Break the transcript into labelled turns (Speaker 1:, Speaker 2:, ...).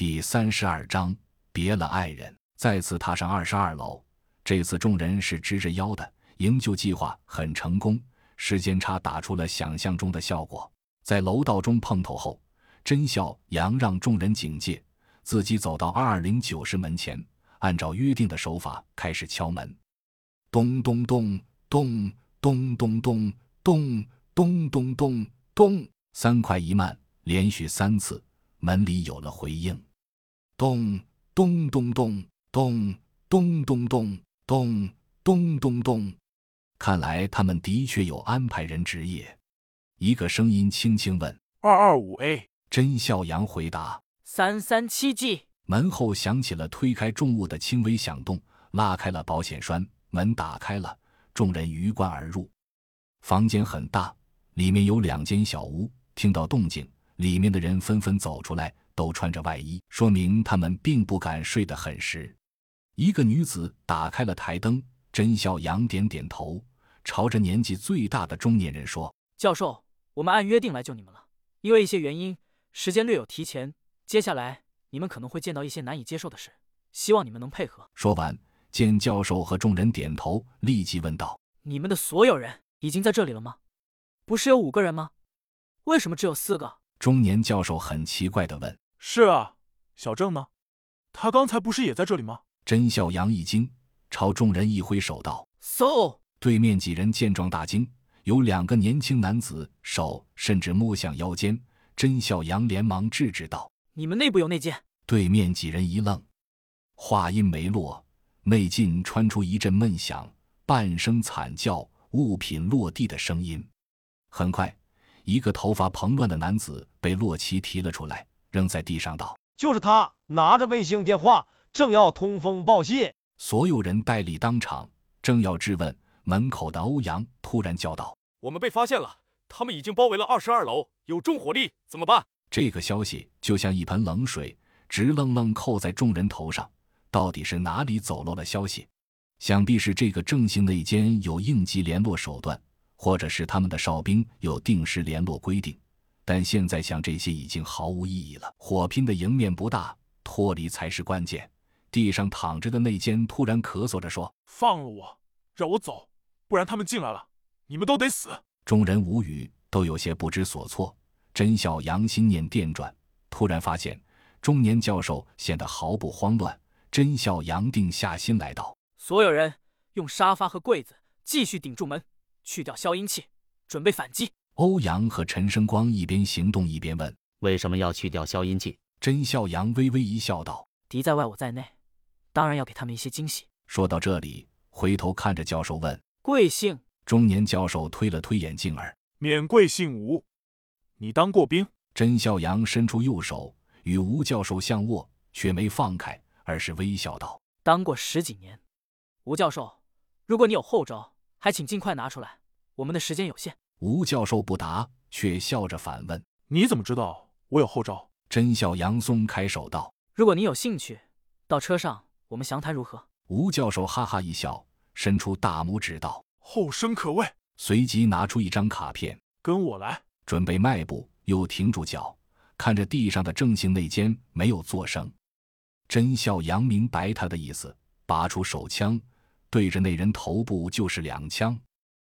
Speaker 1: 第三十二章，别了爱人，再次踏上二十二楼。这次众人是直着腰的，营救计划很成功，时间差打出了想象中的效果。在楼道中碰头后，甄笑阳让众人警戒，自己走到二二零九室门前，按照约定的手法开始敲门。咚咚咚咚咚咚咚咚咚咚咚咚，三快一慢，连续三次，门里有了回应。咚咚咚咚咚咚咚咚咚咚咚咚，看来他们的确有安排人职业。一个声音轻轻问
Speaker 2: 二二五 A，：“
Speaker 1: 甄笑阳回答。
Speaker 3: 三三七 G，”
Speaker 1: 门后响起了推开重物的轻微响动，拉开了保险栓，门打开了，众人鱼贯而入。房间很大，里面有两间小屋。听到动静，里面的人纷纷走出来，都穿着外衣，说明他们并不敢睡得很实。一个女子打开了台灯，甄笑阳点点头，朝着年纪最大的中年人说
Speaker 3: 教授，我们按约定来救你们了。因为一些原因，时间略有提前，接下来你们可能会见到一些难以接受的事，希望你们能配合。：“
Speaker 1: 说完，见教授和众人点头，立即问道。”
Speaker 3: 你们的所有人已经在这里了吗？不是有五个人吗？为什么只有四个？
Speaker 1: 中年教授很奇怪地问。
Speaker 2: 是啊，小郑呢？他刚才不是也在这里吗？
Speaker 1: 甄小阳一惊，朝众人一挥手道：“
Speaker 3: So，
Speaker 1: 对面几人见状大惊，有两个年轻男子手甚至摸向腰间。甄小阳连忙制止道
Speaker 3: 你们内部有内奸，：“
Speaker 1: 对面几人一愣。”话音没落，内劲传出一阵闷响，半声惨叫，物品落地的声音。很快，一个头发蓬乱的男子被洛奇提了出来，扔在地上道
Speaker 4: 就是他拿着卫星电话，正要通风报信。：“
Speaker 1: 所有人呆立当场，正要质问，门口的欧阳突然叫道。”
Speaker 5: 我们被发现了，他们已经包围了二十二楼，有重火力，怎么办？
Speaker 1: 这个消息就像一盆冷水，直愣愣扣在众人头上。到底是哪里走漏了消息？想必是这个正行内奸有应急联络手段，或者是他们的哨兵有定时联络规定。但现在想这些已经毫无意义了。火拼的赢面不大，脱离才是关键。地上躺着的内奸突然咳嗽着说
Speaker 2: 放了我，让我走，不然他们进来了，你们都得死。：“
Speaker 1: 众人无语，都有些不知所措。”甄小阳心念电转，突然发现中年教授显得毫不慌乱。甄小阳定下心来道
Speaker 3: 所有人用沙发和柜子继续顶住门，去掉消音器，准备反击。：“
Speaker 1: 欧阳和陈生光一边行动一边问。
Speaker 6: 为什么要去掉消音器？”
Speaker 1: 甄小阳微微一笑道
Speaker 3: 敌在外，我在内，当然要给他们一些惊喜。：“
Speaker 1: 说到这里，回头看着教授问。
Speaker 3: 贵姓？”
Speaker 1: 中年教授推了推眼镜儿。
Speaker 2: 免贵姓吴，你当过兵？
Speaker 1: 甄小阳伸出右手与吴教授相握，却没放开，而是微笑道
Speaker 3: 当过十几年。吴教授，如果你有后招，还请尽快拿出来，我们的时间有限。：“
Speaker 1: 吴教授不答，却笑着反问。
Speaker 2: 你怎么知道我有后招？”
Speaker 1: 甄小阳松开手道。
Speaker 3: 如果你有兴趣，到车上我们详谈如何？
Speaker 1: 吴教授哈哈一笑，伸出大拇指道，
Speaker 2: 后生可畏，
Speaker 1: 随即拿出一张卡片，
Speaker 2: 跟我来。
Speaker 1: 准备迈步，又停住脚，看着地上的正行内奸，没有作声。甄笑阳明白他的意思，拔出手枪，对着那人头部就是两枪。